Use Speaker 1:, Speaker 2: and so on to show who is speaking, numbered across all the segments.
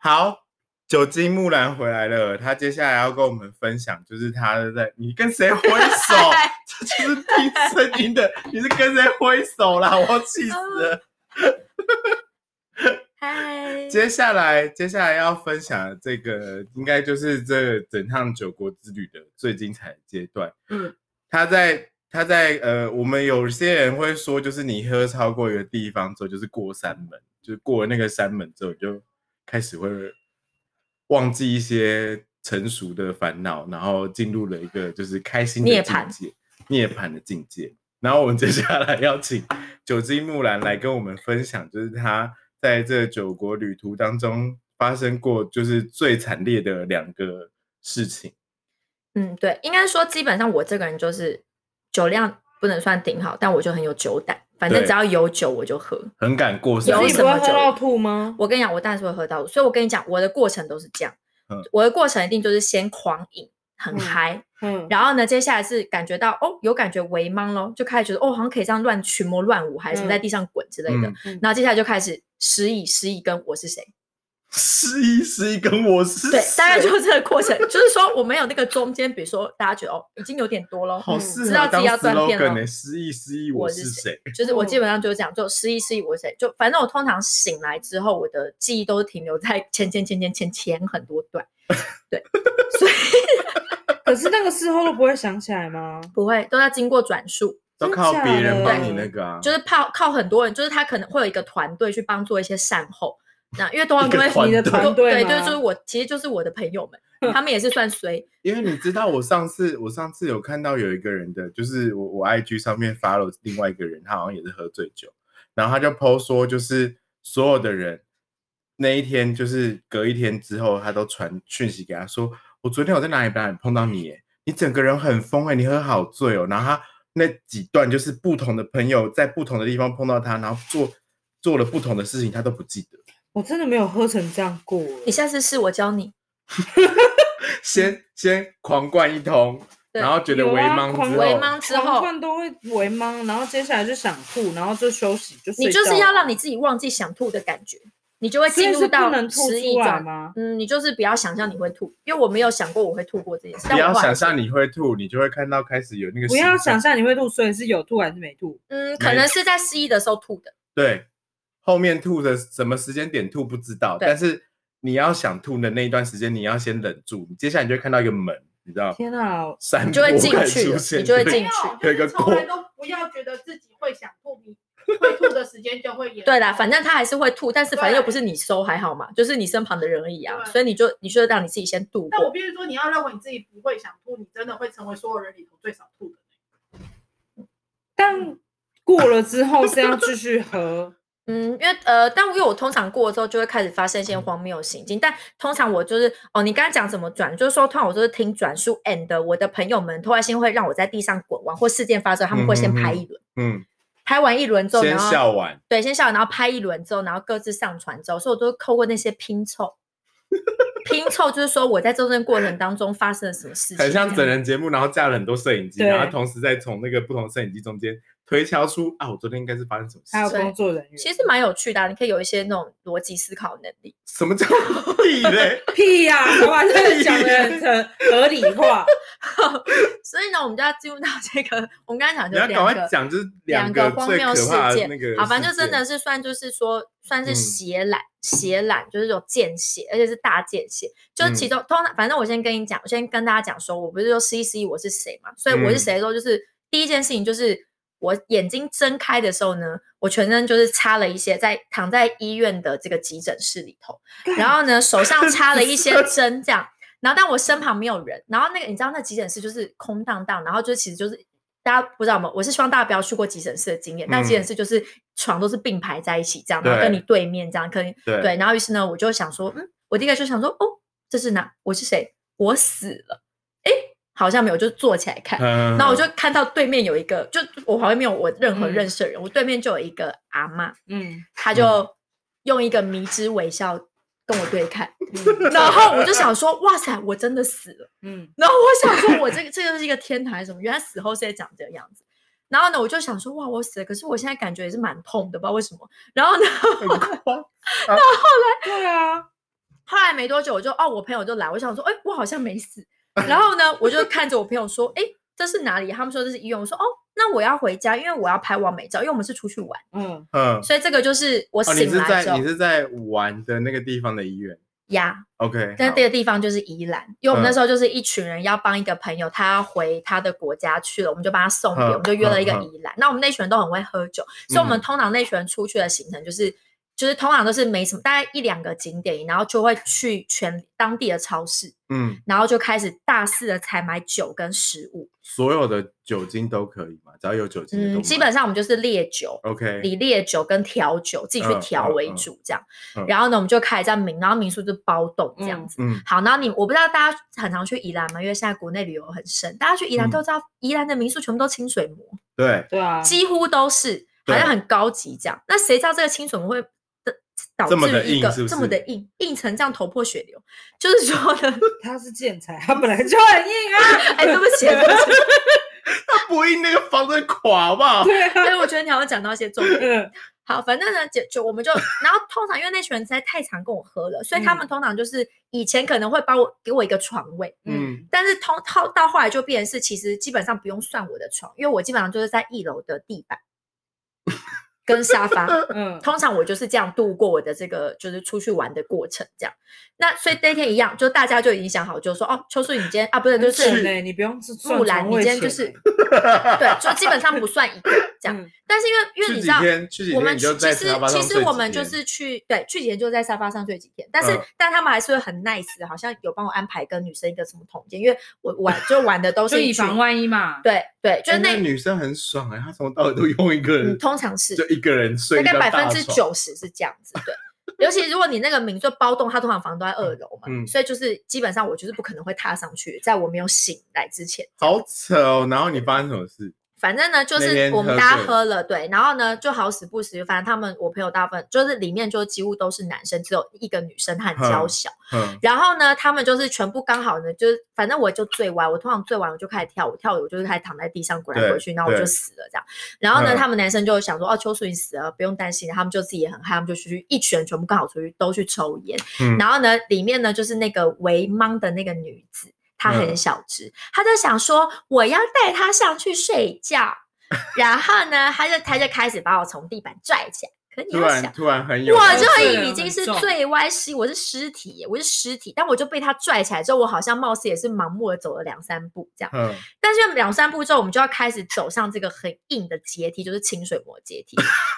Speaker 1: 好，酒精木兰回来了，他接下来要跟我们分享，就是他在你跟谁挥手，这就是听声音的，你是跟谁挥手啦？我要气死了。
Speaker 2: 嗨，
Speaker 1: 接下来，接下来要分享的这个，应该就是这整趟九国之旅的最精彩的阶段。
Speaker 2: 嗯，
Speaker 1: 他在他在呃，我们有些人会说，就是你喝超过一个地方之后，就是过山门，就是过了那个山门之后，你就开始会忘记一些成熟的烦恼，然后进入了一个就是开心的
Speaker 2: 涅
Speaker 1: 境
Speaker 2: 槃
Speaker 1: 界，涅槃的境界。然后我们接下来要请九金木兰来跟我们分享，就是她在这九国旅途当中发生过就是最惨烈的两个事情。
Speaker 2: 嗯，对，应该说基本上我这个人就是酒量不能算顶好，但我就很有酒胆，反正
Speaker 1: 对
Speaker 2: 只要有酒我就喝。
Speaker 1: 很敢过山
Speaker 2: 有
Speaker 1: 门，
Speaker 2: 什么酒
Speaker 3: 吐吗？
Speaker 2: 我跟你讲，我当然是会喝到吐，所以我跟你讲，我的过程都是这样，
Speaker 1: 嗯
Speaker 2: 我的过程一定就是先狂饮，很
Speaker 3: 嗯
Speaker 2: 嗨、
Speaker 3: 嗯，
Speaker 2: 然后呢，接下来是感觉到哦，有感觉微茫咯，就开始觉得哦，好像可以这样乱群魔乱舞，还是什么
Speaker 3: 嗯
Speaker 2: 在地上滚之类的。
Speaker 1: 嗯
Speaker 3: 嗯
Speaker 2: 然后接下来就开始失忆，失忆跟我 是谁？
Speaker 1: 十一十一跟我是
Speaker 2: 对，大概
Speaker 1: 谁
Speaker 2: 就是这个过程。就是说我没有那个中间，比如说大家觉得哦，已经有点多咯，
Speaker 1: 好
Speaker 3: 嗯
Speaker 1: 适
Speaker 2: 知
Speaker 1: 合
Speaker 2: 道自
Speaker 1: 当
Speaker 2: 己要断
Speaker 1: slogan
Speaker 2: 片
Speaker 1: 呢、
Speaker 2: 了
Speaker 1: 失忆失忆
Speaker 2: 我
Speaker 1: 我
Speaker 2: 是
Speaker 1: 是谁？
Speaker 2: 就是我基
Speaker 3: 嗯
Speaker 2: 本上就是这样，就失忆失忆我是谁？就反正我通常醒来之后，我的记忆都是停留在 前前前前前前很多段，
Speaker 3: 可是那个事后都不会想起来吗？
Speaker 2: 不会都要经过转述。
Speaker 1: 都
Speaker 3: 真
Speaker 1: 靠
Speaker 3: 假
Speaker 1: 别人
Speaker 3: 的
Speaker 1: 帮你那个啊，
Speaker 2: 就是靠靠很多人，就是他可能会有一个团队去帮做一些善后。那因为东
Speaker 1: 一
Speaker 2: 方
Speaker 1: 个
Speaker 2: 哥
Speaker 1: 团
Speaker 2: 你的
Speaker 1: 队嗯
Speaker 2: 团
Speaker 3: 团队
Speaker 2: 对，
Speaker 3: 吗
Speaker 2: 对，就是我，其实就是我的朋友们，他们也是算衰，
Speaker 1: 因为你知道，我上次我上次有看到有一个人的，就是我我 IG 上面发了另外一个人，他好像也是喝醉酒，然后他就 PO 说，就是所有的人那一天，就是隔一天之后，他都传讯息给他说，我昨天我在哪里哪里碰到你耶，你整个人很疯哎，你喝好醉哦。然后他那几段就是不同的朋友在不同的地方碰到他，然后做做了不同的事情，他都不记得。
Speaker 3: 我真的没有喝成这样过。
Speaker 2: 你下次试我教你。
Speaker 1: 先先狂灌一通，
Speaker 2: 对
Speaker 1: 然后觉得
Speaker 3: 有
Speaker 1: 微
Speaker 3: 啊
Speaker 1: 茫
Speaker 3: 狂
Speaker 1: 之后，
Speaker 2: 微茫之
Speaker 3: 狂
Speaker 2: 后，
Speaker 3: 灌都会微懵，然后接下来就想吐，然后就休息，就
Speaker 2: 你
Speaker 3: 睡
Speaker 2: 就是
Speaker 3: 觉
Speaker 2: 要
Speaker 3: 啊
Speaker 2: 让你自己忘记想吐的感觉，你就会
Speaker 3: 所以
Speaker 2: 进
Speaker 3: 是
Speaker 2: 入
Speaker 3: 不
Speaker 2: 到
Speaker 3: 能吐
Speaker 2: 失忆
Speaker 3: 出来
Speaker 2: 状
Speaker 3: 吗
Speaker 2: 嗯，你就是不要想象你会吐，因为我没有想过我会吐过这件事。
Speaker 1: 不
Speaker 2: 但
Speaker 1: 要
Speaker 2: 我后来
Speaker 1: 想象你会吐，你就会看到开始有那个
Speaker 3: 不要
Speaker 1: 形状
Speaker 3: 想象你会吐，所以是有吐还是没吐？
Speaker 2: 嗯，可能是在失忆的时候吐的。
Speaker 1: 对后面吐的什么时间点吐不知道，
Speaker 2: 对
Speaker 1: 但是你要想吐的那一段时间，你要先忍住，你接下来你就会看到一个门，你知道，
Speaker 3: 天啊，
Speaker 1: 山
Speaker 2: 你就会
Speaker 1: 坡
Speaker 2: 进
Speaker 1: 开
Speaker 2: 去
Speaker 1: 始出
Speaker 2: 了
Speaker 1: 现
Speaker 2: 你就会
Speaker 1: 对
Speaker 2: 进
Speaker 4: 没
Speaker 2: 去。
Speaker 4: 有
Speaker 1: 有一个
Speaker 4: 就是从来
Speaker 1: 锅
Speaker 4: 都不要觉得自己会想吐，你会吐的时间就会延
Speaker 2: 对啦，反正他还是会吐，但是反正又不
Speaker 4: 对
Speaker 2: 是你收，还好嘛，就是你身旁的人而已啊。
Speaker 4: 对
Speaker 2: 所以你就你就让你自己先度
Speaker 4: 但我
Speaker 2: 过。
Speaker 4: 必须说，你要认为你自己不会想吐，你真的会成为所有人里头最少吐的。
Speaker 3: 但过了之后是要继 续喝，
Speaker 2: 嗯，因为呃，但因为我通常过了之后就会开始发生一些荒谬的行径，但通常我就是哦，你刚才讲怎么转，就是说通常我就是听转述，and 我的朋友们突然先会让我在地上滚完，或事件发生，他们会先
Speaker 1: 嗯嗯
Speaker 2: 拍
Speaker 1: 嗯
Speaker 2: 一轮，
Speaker 1: 嗯，
Speaker 2: 拍完一轮之后，
Speaker 1: 先
Speaker 2: 然后
Speaker 1: 笑完，
Speaker 2: 对，先笑完，然后拍一轮之后，然后各自上传之后，所以我都扣过那些拼凑，拼凑就是说我在这段过程当中发生了什么事情，
Speaker 1: 很像
Speaker 2: 这
Speaker 1: 整
Speaker 2: 样
Speaker 1: 人节目，然后架了很多摄影机，
Speaker 3: 对
Speaker 1: 然后同时再从那个不同摄影机中间推敲出啊，我昨天应该是发生什么
Speaker 3: 还有
Speaker 1: 事情？
Speaker 3: 工作人员。
Speaker 2: 其实蛮有趣的啊、你可以有一些那种逻辑思考能力。
Speaker 1: 什么叫地 嘞？
Speaker 3: 屁呀、老板真的讲的很合理化，
Speaker 2: 所以呢，我们就要进入到这个，我们刚才讲
Speaker 1: 你
Speaker 2: 就
Speaker 1: 要赶
Speaker 2: 是两
Speaker 1: 快
Speaker 2: 个
Speaker 1: 讲，就是
Speaker 2: 两
Speaker 1: 个
Speaker 2: 荒
Speaker 1: 最
Speaker 2: 谬
Speaker 1: 可
Speaker 2: 事
Speaker 1: 怕的
Speaker 2: 件。
Speaker 1: 那个事件，
Speaker 2: 好，反正就真的是算就是说算是
Speaker 1: 嗯
Speaker 2: 血染、血染，就是有见血，而且是大见血。就其
Speaker 1: 嗯
Speaker 2: 中、通常，反正我先跟你讲，我先跟大家讲说，我不是说 C C 我是谁嘛，所以我
Speaker 1: 嗯
Speaker 2: 是谁的时候，就是、第一件事情就是。我眼睛睁开的时候呢，我全身就是擦了一些，在躺在医院的这个急诊室里头，然后呢 手上插了一些针，这样，然后但我身旁没有人，然后那个你知道那急诊室就是空荡荡，然后就其实就是大家不知道吗？我是希望大家不要去过急诊室的经验，但急诊
Speaker 1: 嗯
Speaker 2: 室就是床都是并排在一起这样，然后跟
Speaker 1: 对
Speaker 2: 你对面这样，可以
Speaker 1: 对
Speaker 2: 对，然后于是呢我就想说，嗯，我第一个就想说，哦，这是哪？我是谁？我死了？诶，好像没有，就坐起来看。
Speaker 1: 嗯，
Speaker 2: 然后我就看到对面有一个，就我旁边没有我任何
Speaker 3: 嗯
Speaker 2: 认识的人，我对面就有一个阿嬷，
Speaker 3: 嗯，
Speaker 2: 她就用一个迷之微笑跟我对看，
Speaker 3: 嗯
Speaker 2: 然后我就想说，哇塞，我真的死了。
Speaker 3: 嗯，
Speaker 2: 然后我想说，我这个这个是一个天堂还是什么？原来死后是在长这个样子。然后呢，我就想说，哇，我死了，可是我现在感觉也是蛮痛的，不知道为什么。然后呢，
Speaker 1: 很夸
Speaker 3: 对啊，
Speaker 2: 后来没多久，我就哦，我朋友就来，我想说，哎，我好像没死。然后呢，我就看着我朋友说，哎，这是哪里？他们说这是医院。我说，哦，那我要回家，因为我要拍完美照，因为我们是出去玩，
Speaker 3: 嗯，
Speaker 1: 嗯，
Speaker 2: 所以这个就是我
Speaker 1: 哦，你
Speaker 2: 醒
Speaker 1: 是
Speaker 2: 来之
Speaker 1: 在
Speaker 2: 后
Speaker 1: 你是在玩的那个地方的医院
Speaker 2: 呀。
Speaker 1: ，OK，
Speaker 2: 但
Speaker 1: 好
Speaker 2: 这个地方就是宜兰，因为我们那
Speaker 1: 嗯
Speaker 2: 时候就是一群人要帮一个朋友，他要回他的国家去了，我们就帮他送别，
Speaker 1: 嗯
Speaker 2: 我们就约了一个
Speaker 1: 嗯嗯
Speaker 2: 宜兰。那我们那群人都很会喝酒，所以我们
Speaker 1: 嗯
Speaker 2: 通常那群人出去的行程就是，就是通常都是没什么，大概一两个景点，然后就会去全当地的超市，
Speaker 1: 嗯，
Speaker 2: 然后就开始大肆的采买酒跟食物。
Speaker 1: 所有的酒精都可以嘛，只要有酒精的都
Speaker 2: 嗯，
Speaker 1: 买
Speaker 2: 基本上我们就是烈酒。
Speaker 1: OK，
Speaker 2: 以烈酒跟调酒自己去
Speaker 1: 嗯
Speaker 2: 调
Speaker 1: 嗯
Speaker 2: 为
Speaker 1: 嗯
Speaker 2: 主，这样。
Speaker 1: 嗯
Speaker 2: 然后呢，我们就开始在民，然后民宿就包栋这样
Speaker 3: 嗯
Speaker 2: 子。
Speaker 1: 嗯，
Speaker 2: 好，然后你我不知道大家很常去宜兰嘛，因为现在国内旅游很深，大家去宜兰
Speaker 1: 嗯
Speaker 2: 都知道，宜兰的民宿全部都清水模，
Speaker 1: 对，
Speaker 3: 对啊，
Speaker 2: 几乎都是，好
Speaker 1: 对
Speaker 2: 像很高级这样。那谁知道这个清水模会的导
Speaker 1: 这么
Speaker 2: 致
Speaker 1: 的
Speaker 2: 一
Speaker 1: 硬
Speaker 2: 个
Speaker 1: 是不
Speaker 2: 这么的
Speaker 1: 是
Speaker 2: 硬，硬成这样头破血流？就是说呢，
Speaker 3: 它是建材，它本来就很硬啊。
Speaker 2: 哎，对不起，对不起，
Speaker 1: 它 不硬那个房子垮好不好？
Speaker 3: 对啊，
Speaker 2: 因为我觉得你好像讲到一些重点。
Speaker 3: 嗯
Speaker 2: 好，反正呢，就就我们就，然后通常因为那群人实在太常跟我喝了，所以他们通常就是以前可能会把我给我一个床位，
Speaker 1: 嗯
Speaker 2: 但是通到到后来就变成是，其实基本上不用算我的床，因为我基本上就是在一楼的地板跟沙发。
Speaker 3: 嗯，
Speaker 2: 通常我就是这样度过我的这个就是出去玩的过程，这样。那所以那天一样，就大家就已经想好，就说哦，秋叔你今天啊，不是就
Speaker 3: 省
Speaker 2: 是
Speaker 3: 呢，你不用算
Speaker 2: 木兰，
Speaker 3: 床
Speaker 2: 你
Speaker 3: 位
Speaker 2: 今天
Speaker 3: 钱
Speaker 2: 就是 对，就基本上不算一个这样。
Speaker 3: 嗯
Speaker 2: 但是因为因为
Speaker 1: 去
Speaker 2: 你
Speaker 1: 几
Speaker 2: 知道，
Speaker 1: 天，去几
Speaker 2: 我
Speaker 1: 天
Speaker 2: 们
Speaker 1: 你
Speaker 2: 去
Speaker 1: 就
Speaker 2: 其
Speaker 1: 在
Speaker 2: 实
Speaker 1: 沙发
Speaker 2: 其
Speaker 1: 上
Speaker 2: 实
Speaker 1: 睡
Speaker 2: 我
Speaker 1: 几
Speaker 2: 们就
Speaker 1: 天哎
Speaker 2: 是去对去几天就在沙发上睡几天，但是、
Speaker 1: 嗯
Speaker 2: 但他们还是会很 nice，的好像有帮我安排跟女生一个什么同间，因为我玩就玩的都
Speaker 3: 就是以
Speaker 2: 一群
Speaker 3: 防万一嘛。
Speaker 2: 对对，就
Speaker 1: 哎
Speaker 2: 是那、
Speaker 1: 那女生很爽哎，她从头到尾都用一个
Speaker 2: 嗯
Speaker 1: 人，
Speaker 2: 通常是
Speaker 1: 就一个人睡
Speaker 2: 大
Speaker 1: 一张
Speaker 2: 概
Speaker 1: 大
Speaker 2: 百
Speaker 1: 床，
Speaker 2: 分之九十是这样子， 对。尤其如果你那个民宿包栋，它通常房都在二楼嘛，
Speaker 1: 嗯
Speaker 2: 所以就是基本上我就是不可能会踏上去，在我没有醒来之前。
Speaker 1: 好扯哦。然后你发生什么事？
Speaker 2: 反正呢，就
Speaker 1: 那
Speaker 2: 是
Speaker 1: 天
Speaker 2: 我们
Speaker 1: 喝
Speaker 2: 大家
Speaker 1: 醉
Speaker 2: 喝了，对，然后呢就好死不死，反正他们我朋友大部分就是里面就几乎都是男生，只有一个女生她很娇
Speaker 1: 哼
Speaker 2: 小。
Speaker 1: 哼，
Speaker 2: 然后呢，他们就是全部刚好呢，就是反正我就醉歪，我通常醉完我就开始跳舞，跳舞我就是开始躺在地上滚来
Speaker 1: 对
Speaker 2: 滚去，然后我就
Speaker 1: 对
Speaker 2: 死了这样。然后呢，
Speaker 1: 嗯
Speaker 2: 他们男生就想说，哦，秋水你死了，不用担心，他们就自己也很嗨，他们就出去一群人全部刚好出去都去抽烟，
Speaker 1: 嗯
Speaker 2: 然后呢，里面呢就是那个围mang的那个女子，她很
Speaker 1: 嗯
Speaker 2: 小只，她就想说我要带她上去睡觉，然后呢，她就她就开始把我从地板拽起来，可你
Speaker 1: 突
Speaker 2: 要想
Speaker 1: 然。突然很有，
Speaker 2: 我
Speaker 3: 就
Speaker 2: 就
Speaker 3: 啊对
Speaker 2: 已
Speaker 3: 很
Speaker 2: 经是
Speaker 3: 重
Speaker 2: 最歪尸，我是尸体耶，我是尸体，但我就被他拽起来之后，我好像貌似也是盲目的走了两三步这样。
Speaker 1: 嗯，
Speaker 2: 但是两三步之后，我们就要开始走上这个很硬的阶梯，就是清水模阶梯。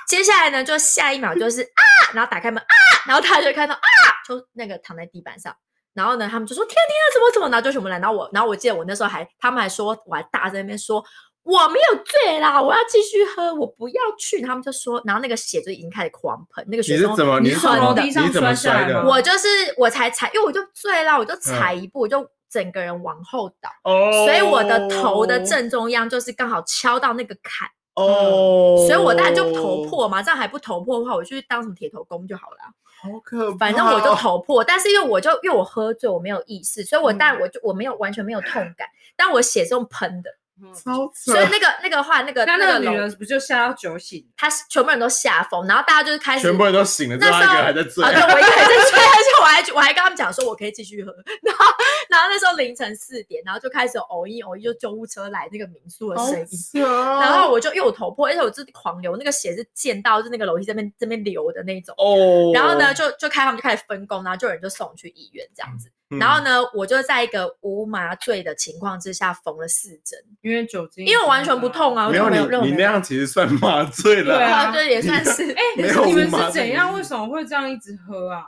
Speaker 2: 接下来呢，就下一秒就是啊，然后打开门啊，然后他就看到啊，就那个躺在地板上。然后呢，他们就说：“天天啊，怎么怎么？”然后就全部来。然后我，然后我记得我那时候还，他们还说，我还大声在那边说：“我没有醉啦，我要继续喝，我不要去。”然后他们就说，然后那个血就已经开始狂喷，那个
Speaker 1: 你
Speaker 2: 血
Speaker 1: 是
Speaker 2: 中
Speaker 1: 怎么
Speaker 2: 你
Speaker 1: 你是
Speaker 2: 很
Speaker 1: 怎么
Speaker 2: 的
Speaker 1: 你是怎么摔
Speaker 3: 地上摔下来
Speaker 1: 的？嗯
Speaker 3: 吗
Speaker 2: 我就是我才踩，因为我就醉啦，我就踩一步，我就整个人往后倒。
Speaker 1: 哦，
Speaker 2: 所以我的头的正
Speaker 3: 哦
Speaker 2: 中央就是刚好敲到那个坎，
Speaker 1: 哦，
Speaker 2: 嗯所以我当然就头，破嘛。这样还不头破的话，我就去当什么铁头功就好了啊。
Speaker 1: 好可怕哦。
Speaker 2: 反正我就头破，但是因为我就因为我喝醉，我没有意识，所以我但
Speaker 3: 嗯
Speaker 2: 我就我没有完全没有痛感，但我血是用喷的，
Speaker 3: 嗯
Speaker 1: 超扯
Speaker 2: 所以，那个那个话那个
Speaker 3: 那
Speaker 2: 个
Speaker 3: 那个女
Speaker 2: 楼，
Speaker 3: 人不就吓到酒醒？
Speaker 2: 她全部人都吓疯，然后大家就是开始
Speaker 1: 全部人都醒了，
Speaker 2: 那
Speaker 1: 之后
Speaker 2: 时候
Speaker 1: 那个还在醉
Speaker 2: 啊，。对，我一个人在吹，而且我还我还跟他们讲说，我可以继续喝。然后，然后那时候凌晨四点，然后就开始有偶一偶一就救护车来那个民宿的
Speaker 1: 好
Speaker 2: 声音，
Speaker 1: 扯哦，
Speaker 2: 然
Speaker 3: 嗯
Speaker 2: 后我就因为我头破，而且我就是狂流，那个血是溅到就那个楼梯这边这边流的那种。
Speaker 1: 哦，
Speaker 2: 然后呢，就就开他们就开始分工，然后就有人就送我去医院这样子。
Speaker 1: 嗯，
Speaker 2: 然后呢，我就在一个无麻醉的情况之下缝了四针，
Speaker 3: 因为酒精，
Speaker 2: 因为我完全不痛
Speaker 3: 啊。
Speaker 2: 啊，我
Speaker 1: 没
Speaker 2: 就
Speaker 1: 有
Speaker 2: 没有任何
Speaker 1: 你，你那样其实算麻醉
Speaker 3: 对
Speaker 1: 了。
Speaker 3: 啊
Speaker 2: 对，也算 是
Speaker 3: 哎，
Speaker 1: 没
Speaker 3: 可
Speaker 1: 有
Speaker 3: 是你们
Speaker 1: 无麻
Speaker 3: 是
Speaker 1: 醉
Speaker 3: 怎样？为什么会这样一直喝啊？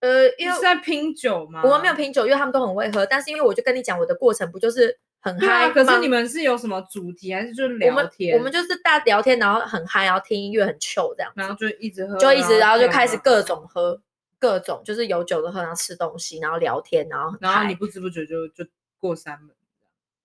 Speaker 2: 呃，
Speaker 3: 你
Speaker 2: 因为
Speaker 3: 是啊在拼酒吗？
Speaker 2: 我们没有拼酒，因为他们都很会喝，但是因为我就跟你讲，我的过程不就是很
Speaker 3: 对
Speaker 2: 嗨、
Speaker 3: 啊，可是你。们是有什么主题，还是就是
Speaker 2: 我
Speaker 3: 聊
Speaker 2: 们
Speaker 3: 天？
Speaker 2: 我们就是大家聊天，然后很嗨，然后听音乐很 chill 这样
Speaker 3: 然后就一直喝，
Speaker 2: 就一直，然后就开始
Speaker 3: 跳啊
Speaker 2: 各，种喝，各种就是有酒的喝，然后吃东西，然后聊天，然后很
Speaker 3: 然后
Speaker 2: 嗨，
Speaker 3: 你不知不觉就就过三门。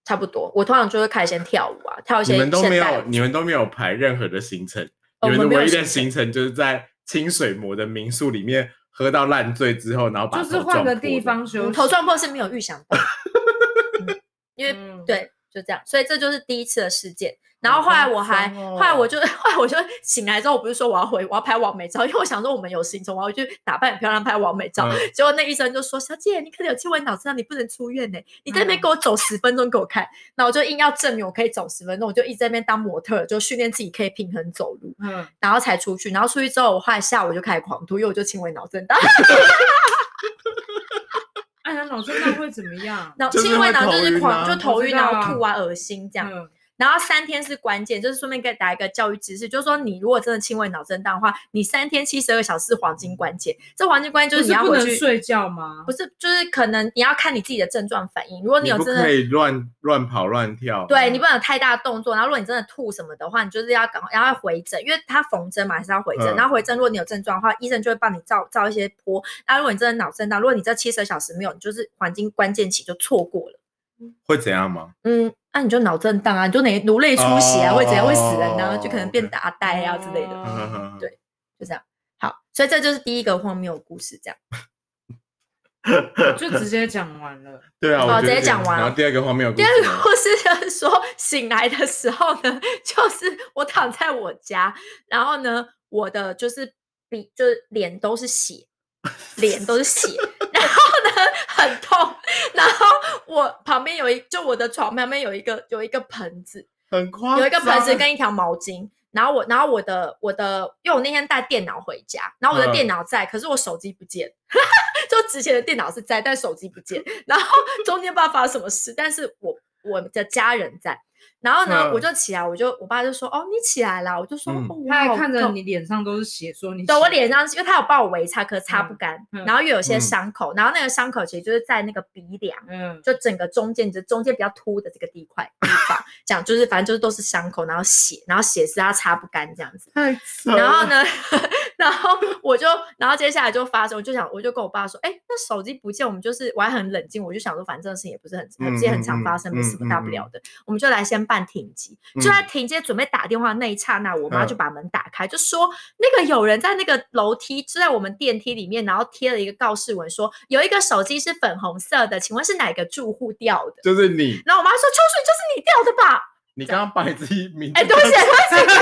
Speaker 2: 差不多。我通常就会开始先跳舞啊，跳一些
Speaker 1: 你们都
Speaker 2: 现
Speaker 1: 没
Speaker 2: 代
Speaker 1: 有，
Speaker 2: 舞
Speaker 1: 你们都没有排任何的行程，
Speaker 2: 哦
Speaker 1: 你们的
Speaker 2: 我们没有
Speaker 1: 唯一的
Speaker 2: 行
Speaker 1: 行程就是在清水模的民宿里面喝到烂醉之后，然后把
Speaker 3: 就是
Speaker 1: 头
Speaker 3: 换
Speaker 1: 撞
Speaker 3: 个
Speaker 1: 破
Speaker 3: 地
Speaker 1: 的
Speaker 3: 方休息。
Speaker 2: 嗯头撞破是没有预想到的，嗯因为
Speaker 3: 嗯，
Speaker 2: 对，就这样。所以这就是第一次的事件。然后后来我还，
Speaker 1: 好夸张哦
Speaker 2: 后来我就， 后来我就醒来之后，我不是说我要回，我要拍完美照，因为我想说我们有行程，我要去打扮很漂亮拍完美照。
Speaker 1: 嗯
Speaker 2: 结果那医生就说：“小姐，你可能有切完脑子啊，你不能出院呢、你在那边
Speaker 4: 嗯
Speaker 2: 给我走十分钟给我看。那我就硬要证明我可以走十分钟，我就一直在那边当模特儿，就训练自己可以平衡走路，
Speaker 3: 嗯，
Speaker 2: 然后才出去。然后出去之后，我后来下午就开始狂吐，因为我就轻微脑 震荡，
Speaker 3: 哎，他脑震荡会怎么 样？
Speaker 2: 然后
Speaker 1: 就是
Speaker 2: 轻微
Speaker 1: 会
Speaker 2: 脑
Speaker 1: 头
Speaker 2: 就是
Speaker 1: 晕
Speaker 2: 狂、
Speaker 1: 啊
Speaker 2: 就头
Speaker 3: 我
Speaker 2: 晕，
Speaker 3: 知道
Speaker 2: 然
Speaker 3: 啊
Speaker 2: 后吐啊、恶心这样。
Speaker 3: 嗯
Speaker 2: 然后三天是关键，就是顺便给大家一个教育知识，就是说你如果真的轻微脑震荡的话，你三天七十二小时是黄金关键。这黄金关键就
Speaker 3: 不
Speaker 2: 是你要
Speaker 3: 不
Speaker 2: 回
Speaker 3: 能
Speaker 2: 去，
Speaker 3: 睡觉吗
Speaker 2: 不？是就是可能你要看你自己的症状反应。如果你
Speaker 1: 你
Speaker 2: 有
Speaker 1: 不
Speaker 2: 真
Speaker 1: 可
Speaker 2: 的
Speaker 1: 以乱乱跑乱跳。
Speaker 2: 对你不能有太大的动作，然后如果你真的吐什么的话，你就是要赶快然后回诊，因为它缝针嘛还是要回诊。
Speaker 1: 嗯
Speaker 2: 然后回诊，如果你有症状的话，医生就会帮你照照一些波。那如果你真的脑震荡，如果你这七十二小时没有，你就是黄金关键期就错过了。
Speaker 1: 会怎样吗？
Speaker 2: 嗯，那、你就脑震荡啊，你就哪颅内出血啊，会怎样会死人啊，就可能变
Speaker 1: 哦
Speaker 2: 打呆啊之类的。
Speaker 3: 哦嗯
Speaker 2: 对就这样。好，所以这就是第一个荒谬的故事，这样。
Speaker 3: 就直接讲完 了。
Speaker 1: 对啊，
Speaker 2: 好
Speaker 1: 我觉得
Speaker 2: 直接
Speaker 1: 这
Speaker 2: 讲
Speaker 1: 样
Speaker 2: 完
Speaker 1: 然后第二个方面有故
Speaker 2: 第
Speaker 1: 事
Speaker 2: 二
Speaker 1: 吗，
Speaker 2: 个故事就是说，醒来的时候呢，就是我躺在我家，然后呢，我的就是鼻就是脸都是 血，脸都是血，然后呢很痛，然后我旁边有一就我的床旁边有一个有一个盆子，
Speaker 1: 很夸张，
Speaker 2: 有一个盆子跟一条毛巾。然后我，然后我的我的，因为我那天带电脑回家，然后我的电
Speaker 1: 嗯
Speaker 2: 脑在，可是我手机不见， 就之前的电脑是在，但手机不见。然 后中间不知道发生什么事，但是我我的家人在。然后呢，我
Speaker 1: 嗯
Speaker 2: 就起来，我就我爸就说：“哦，你起来啦！”我就说：“
Speaker 1: 嗯
Speaker 2: 哦，我
Speaker 3: 他还
Speaker 2: 好
Speaker 3: 看着
Speaker 2: 痛
Speaker 3: 你脸上都是血，说你
Speaker 2: 对我
Speaker 3: 血
Speaker 2: 脸上，因为他有帮我围擦，可是擦不
Speaker 3: 嗯
Speaker 2: 干，
Speaker 3: 嗯
Speaker 2: 然后又有些
Speaker 1: 嗯
Speaker 2: 伤口，然后那个伤口其实就是在那个鼻梁。
Speaker 3: 嗯，
Speaker 2: 就整个中间，就中间比较凸的这个地块地方，这样就是反正就是都是伤口，然后血，然后血是它擦不干这样子。
Speaker 1: 太扯了。
Speaker 2: 然后呢， 然后我就，然后接下来就发生，我就想，我就跟我爸说，哎、那手机不见，我们就是我还很冷静，我就想说，反正这个事情也不是很，
Speaker 1: 嗯
Speaker 2: 也很
Speaker 1: 嗯
Speaker 2: 常发
Speaker 1: 嗯
Speaker 2: 生，没什么大不
Speaker 1: 嗯嗯
Speaker 2: 了的，我们就来先办停机。就在
Speaker 1: 嗯
Speaker 2: 停机准备打电话那一刹那，我妈就
Speaker 1: 嗯
Speaker 2: 把门打开，就说那个有人在那个楼梯，就在我们电梯里面，然后贴了一个告示文说，有一个手机是粉红色的，请问是哪个住户掉的？
Speaker 1: 就是你，
Speaker 2: 然后我妈说：“秋水，就是你掉的吧
Speaker 1: 你刚刚把你自己名？”字
Speaker 2: 哎、对不起，对不起，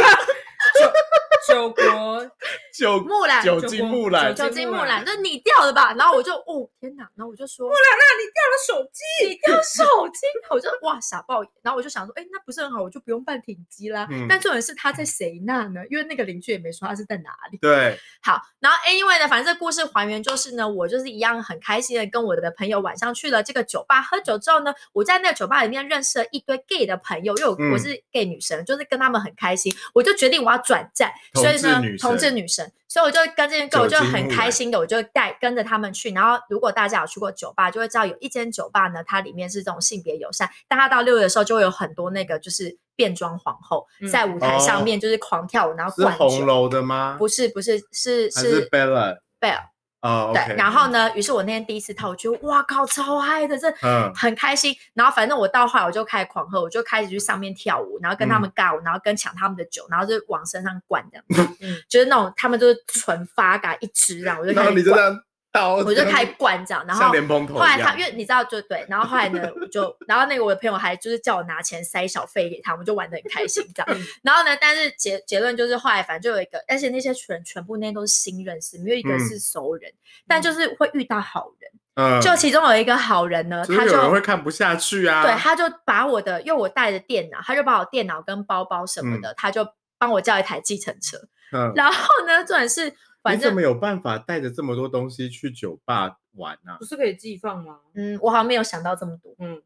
Speaker 3: 九国
Speaker 1: 酒
Speaker 2: 木兰，
Speaker 1: 酒
Speaker 3: 酒
Speaker 1: 精
Speaker 3: 精
Speaker 1: 木兰，
Speaker 2: 酒
Speaker 3: 酒
Speaker 2: 精
Speaker 3: 精木
Speaker 2: 木兰，
Speaker 3: 兰
Speaker 2: 那你掉的吧？然后我就哦天哪，然后我就说木兰
Speaker 3: 掉了手机，
Speaker 2: 你掉手机，我就哇傻爆眼，然后我就想说，哎，那不是很好，我就不用办停机啦。
Speaker 1: 嗯
Speaker 2: 但重点是他在谁那呢？因为那个邻居也没说他是在哪里。
Speaker 1: 对，
Speaker 2: 好，然后 anyway 呢，反正这故事还原就是呢，我就是一样很开心的跟我的朋友晚上去了这个酒吧喝酒之后呢，我在那个酒吧里面认识了一堆 gay 的朋友，因为我,、我
Speaker 1: 嗯
Speaker 2: 是 gay 女生，就是跟他们很开心，我就决定我要转战，所
Speaker 1: 同
Speaker 2: 以
Speaker 1: 志
Speaker 2: 呢
Speaker 1: 女，
Speaker 2: 同志
Speaker 1: 神
Speaker 2: 女生，所以我就跟这些 gay，我就
Speaker 1: 酒精
Speaker 2: 很
Speaker 1: 木
Speaker 2: 开
Speaker 1: 乃
Speaker 2: 心的，我就带跟着他们去。然后如果大家有去过酒吧，就会知道有一间酒吧呢，它里面是这种性别友善，但它到六月的时候就会有很多那个就是变装皇后
Speaker 3: 嗯
Speaker 2: 在舞台上
Speaker 1: 哦
Speaker 2: 面就是狂跳舞，然后
Speaker 1: 是
Speaker 2: 灌
Speaker 1: 红
Speaker 2: 酒。
Speaker 1: 楼的吗？
Speaker 2: 不是不是是
Speaker 1: 还是 Bella
Speaker 2: 贝尔，
Speaker 1: 哦，
Speaker 2: 对，
Speaker 1: OK
Speaker 2: 然后呢，于是我那天第一次套，我觉得哇靠，超嗨的，这
Speaker 1: 嗯
Speaker 2: 很开心。然后反正我到后来我就开始狂喝，我就开始去上面跳舞，然后跟他们
Speaker 1: 嗯
Speaker 2: 尬舞，然后跟抢他们的酒，然后就往身上灌这样子，
Speaker 3: 嗯
Speaker 2: 就是那种他们就是纯发嘎一支这样，我就
Speaker 1: 然
Speaker 2: 开
Speaker 1: 后你
Speaker 2: 始
Speaker 1: 就这
Speaker 2: 灌，
Speaker 1: 样倒，
Speaker 2: 我就开始灌这样，然
Speaker 1: 像
Speaker 2: 后。
Speaker 1: 莲蓬头
Speaker 2: 后来
Speaker 1: 一
Speaker 2: 他，
Speaker 1: 样
Speaker 2: 因。为你知道，就对，然后后来呢，我就，然后那个我的朋友还就是叫我拿钱塞小费给他，我们就玩的很开心这
Speaker 1: 嗯
Speaker 2: 样。然后呢，但是结结论就是后来反正就有一个，而且那些全全部那些都是新认识，没有一个
Speaker 1: 嗯
Speaker 2: 是熟人，但就是会遇到好人。
Speaker 1: 嗯，
Speaker 2: 就其中有一个好人呢，
Speaker 1: 就是
Speaker 2: 他就
Speaker 1: 有人会看不下去啊。
Speaker 2: 对，他就把我的，因为我带着电脑，他就把我电脑跟包包什么
Speaker 1: 嗯
Speaker 2: 的，他就帮我叫一台计程车。
Speaker 1: 嗯，
Speaker 2: 然后呢，重点是反
Speaker 1: 你怎
Speaker 2: 正
Speaker 1: 么有办法带着这么多东西去酒吧玩啊？
Speaker 3: 不是可以寄放吗？
Speaker 2: 嗯，我好像没有想到这么多。
Speaker 3: 嗯，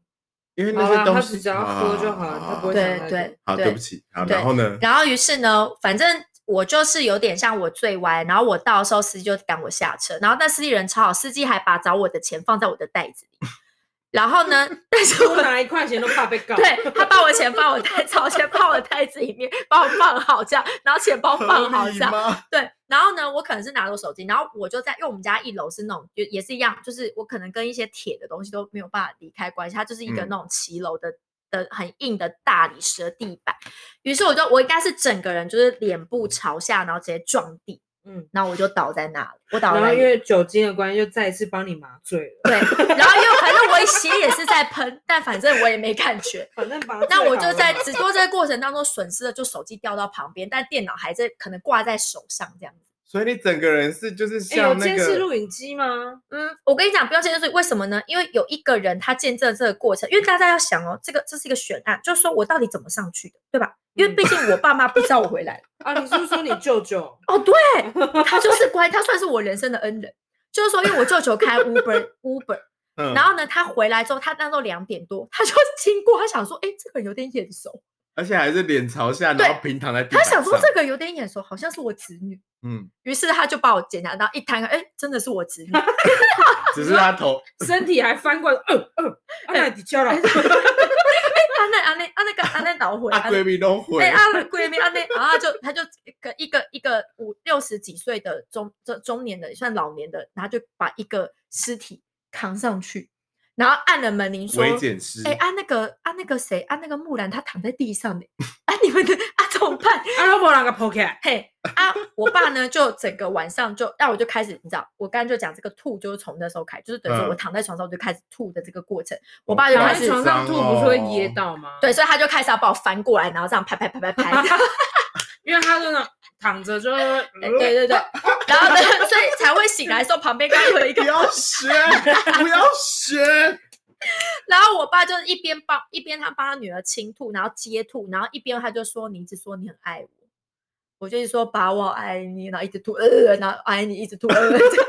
Speaker 1: 因为那
Speaker 3: 好啦
Speaker 1: 些东
Speaker 3: 他
Speaker 1: 西
Speaker 3: 只要喝就好了，他不会
Speaker 1: 啊
Speaker 2: 对
Speaker 3: 想太多
Speaker 2: 对
Speaker 1: 好，对
Speaker 2: 对
Speaker 1: 不。起，好，
Speaker 2: 对
Speaker 1: 然后 呢？
Speaker 2: 然后于是呢，反正我就是有点像我最歪，然后我到的时候司机就赶我下车，然后那司机人超好，司机还把找我的钱放在我的袋子里。然后呢，但是我
Speaker 3: 多拿一块钱都怕被 告。
Speaker 2: 对他把我钱放我袋， 找钱放我袋子里面，把我放好这样，然后钱包 放好
Speaker 1: 合
Speaker 2: 这
Speaker 1: 理
Speaker 2: 样。
Speaker 1: 吗？
Speaker 2: 对，然后呢，我可能是拿着手机，然后我就在，因为我们家一楼是那种，也也是一样，就是我可能跟一些铁的东西都没有办法离开关系，它就是一个
Speaker 1: 嗯
Speaker 2: 那种骑楼的。的很硬的大理石的地板，于是我就我应该是整个人就是脸部朝下，然后直接撞地，
Speaker 3: 嗯，
Speaker 2: 然后我就倒在那了，我倒在
Speaker 3: 然
Speaker 2: 那
Speaker 3: 后因
Speaker 2: 里。
Speaker 3: 为酒精的关系，就再一次帮你麻醉了。
Speaker 2: 对，然后因为反正我血也是在喷，但反正我也没感 觉。
Speaker 3: 反正麻醉
Speaker 2: 那我
Speaker 3: 好
Speaker 2: 就
Speaker 3: 了
Speaker 2: 在
Speaker 3: 嘛
Speaker 2: 直播这个过程当中损失了，就手机掉到旁边，但电脑还在可能挂在手上这样子。
Speaker 1: 所以你整个人是就是
Speaker 3: 哎，有
Speaker 1: 像那
Speaker 3: 监视
Speaker 1: 个
Speaker 3: 录影机吗？
Speaker 2: 嗯，我跟你讲，不要见证罪，为什么呢？因为有一个人他见证这个过程，因为大家要想哦，这个这是一个悬案，就是说我到底怎么上去的，对吧？因为
Speaker 3: 嗯
Speaker 2: 毕竟我爸妈不知道我回来了。？
Speaker 3: 啊，你是不是说你舅舅
Speaker 2: 哦，对，他就是乖，他算是我人生的恩人。就是说，因为我舅舅开 Uber Uber，
Speaker 1: 嗯
Speaker 2: 然，后呢，他回来之后，他那时候两点多，他就经过，他想说，哎，这个人有点眼熟，
Speaker 1: 而且还是脸朝下，
Speaker 2: 对
Speaker 1: 然后平躺在地
Speaker 2: 他
Speaker 1: 板
Speaker 2: 想说
Speaker 1: 上
Speaker 2: 这个有点眼熟，好像是我侄女。
Speaker 1: 嗯，
Speaker 2: 于是他就把我检查到一摊开，哎，真的是我 侄女。啊
Speaker 1: 只是他头
Speaker 3: 身体还翻过来，嗯嗯，
Speaker 2: 哎
Speaker 3: 啊，那底下了，
Speaker 2: 啊那啊那啊那个啊那倒回，
Speaker 1: 他
Speaker 2: 啊那
Speaker 1: 闺蜜弄毁
Speaker 2: 哎，，啊闺蜜啊那，然后他就他就一个一个一个五六十几岁的中这中年的算老年的，然后就把一个尸体扛上去，然后按了门铃说，
Speaker 1: 危险师
Speaker 2: 哎、，啊那个啊那个谁啊那个木兰她躺在地上呢， 啊你们的啊怎么办？
Speaker 3: 啊，都没人给抛开，
Speaker 2: 嘿啊，我爸呢就整个晚上就，那、我就开始，你知道，我刚刚就讲这个吐就是从那时候开始，就是等于说我
Speaker 1: 嗯
Speaker 2: 躺在床上我就开始吐的这个过程，
Speaker 1: 好
Speaker 2: 我爸就
Speaker 1: 夸
Speaker 2: 开
Speaker 3: 躺
Speaker 2: 始
Speaker 3: 在
Speaker 1: 张
Speaker 3: 床上吐
Speaker 1: 哦
Speaker 3: 不是会噎到吗？，
Speaker 2: 对，所以他就开始要把我翻过来，然后这样拍拍拍拍 拍，
Speaker 3: 因为他真的躺着就嗯
Speaker 2: 对哎对对，然后呢，所以才会醒来的时候旁边刚有一
Speaker 1: 不
Speaker 2: 个，
Speaker 1: 要学，不要学，
Speaker 2: 然后我爸就是一边帮一边他帮他女儿清吐，然后接吐，然后一边他就说你一直说你很爱我，我就是说把我爱你，然后一直吐，呃，然后爱你一直吐，呃，这样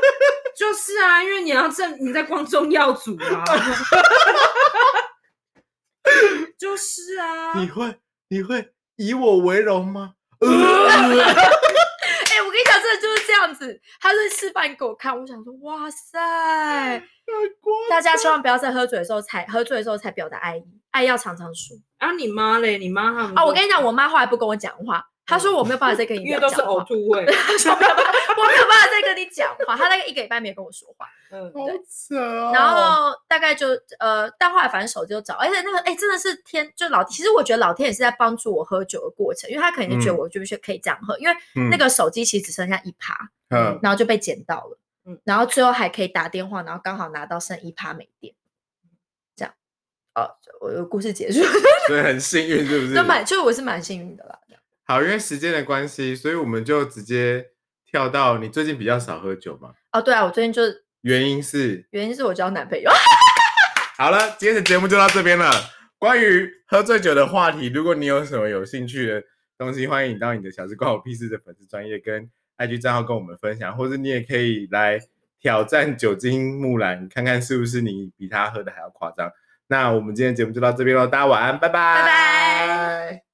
Speaker 3: 就是啊，因为你要证你在光宗耀祖啊， 就是啊，
Speaker 1: 你会你会以我为荣吗？呃
Speaker 2: 哎、我跟你讲，真的就是这样子，他是示范给我看，我想说，哇塞，大家千万不要在喝醉的时候才喝醉的时候才表达爱意，爱要常常说。
Speaker 3: 啊，你妈嘞，你妈他们
Speaker 2: 啊，我跟
Speaker 3: 你
Speaker 2: 你讲，我妈后来不跟我讲话，她说我没有办法再跟你
Speaker 3: 因为
Speaker 2: 聊
Speaker 3: 都
Speaker 2: 讲
Speaker 3: 是
Speaker 2: 话，
Speaker 3: 呕 吐味，
Speaker 2: 她说没有办法，我没有办法再跟你讲话，她大概一个礼拜没有跟我说话，
Speaker 3: 嗯，
Speaker 1: 好扯哦！
Speaker 2: 然后大概就呃，但后来反正手机就找，而且那个哎、真的是天，就老，其实我觉得老天也是在帮助我喝酒的过程，因为他可能就觉
Speaker 1: 嗯
Speaker 2: 得我就是可以这样喝，因为
Speaker 1: 那
Speaker 2: 那个手机其实只剩下一趴，
Speaker 1: 嗯，
Speaker 2: 然后就被捡到了，
Speaker 3: 嗯
Speaker 2: 然后最后还可以打电话，然后刚好拿到剩一趴没电，这样，哦，我的故事结束，
Speaker 1: 所以很幸运，是不是
Speaker 2: 就？蛮，就我是蛮幸运的啦，这样
Speaker 1: 好，因为时间的关系，所以我们就直接跳到你最近比较少喝酒嘛，
Speaker 2: 哦，对啊，我最近就是
Speaker 1: 原因是
Speaker 2: 原因是我交男朋友。
Speaker 1: 好了，今天的节目就到这边了。关于喝醉酒的话题，如果你有什么有兴趣的东西，欢迎你到你的小时关我屁事的粉丝专业跟 IG 账号跟我们分享，或者你也可以来挑战酒精木兰，看看是不是你比他喝的还要夸张。那我们今天的节目就到这边喽，大家晚安，拜拜，
Speaker 2: 拜拜。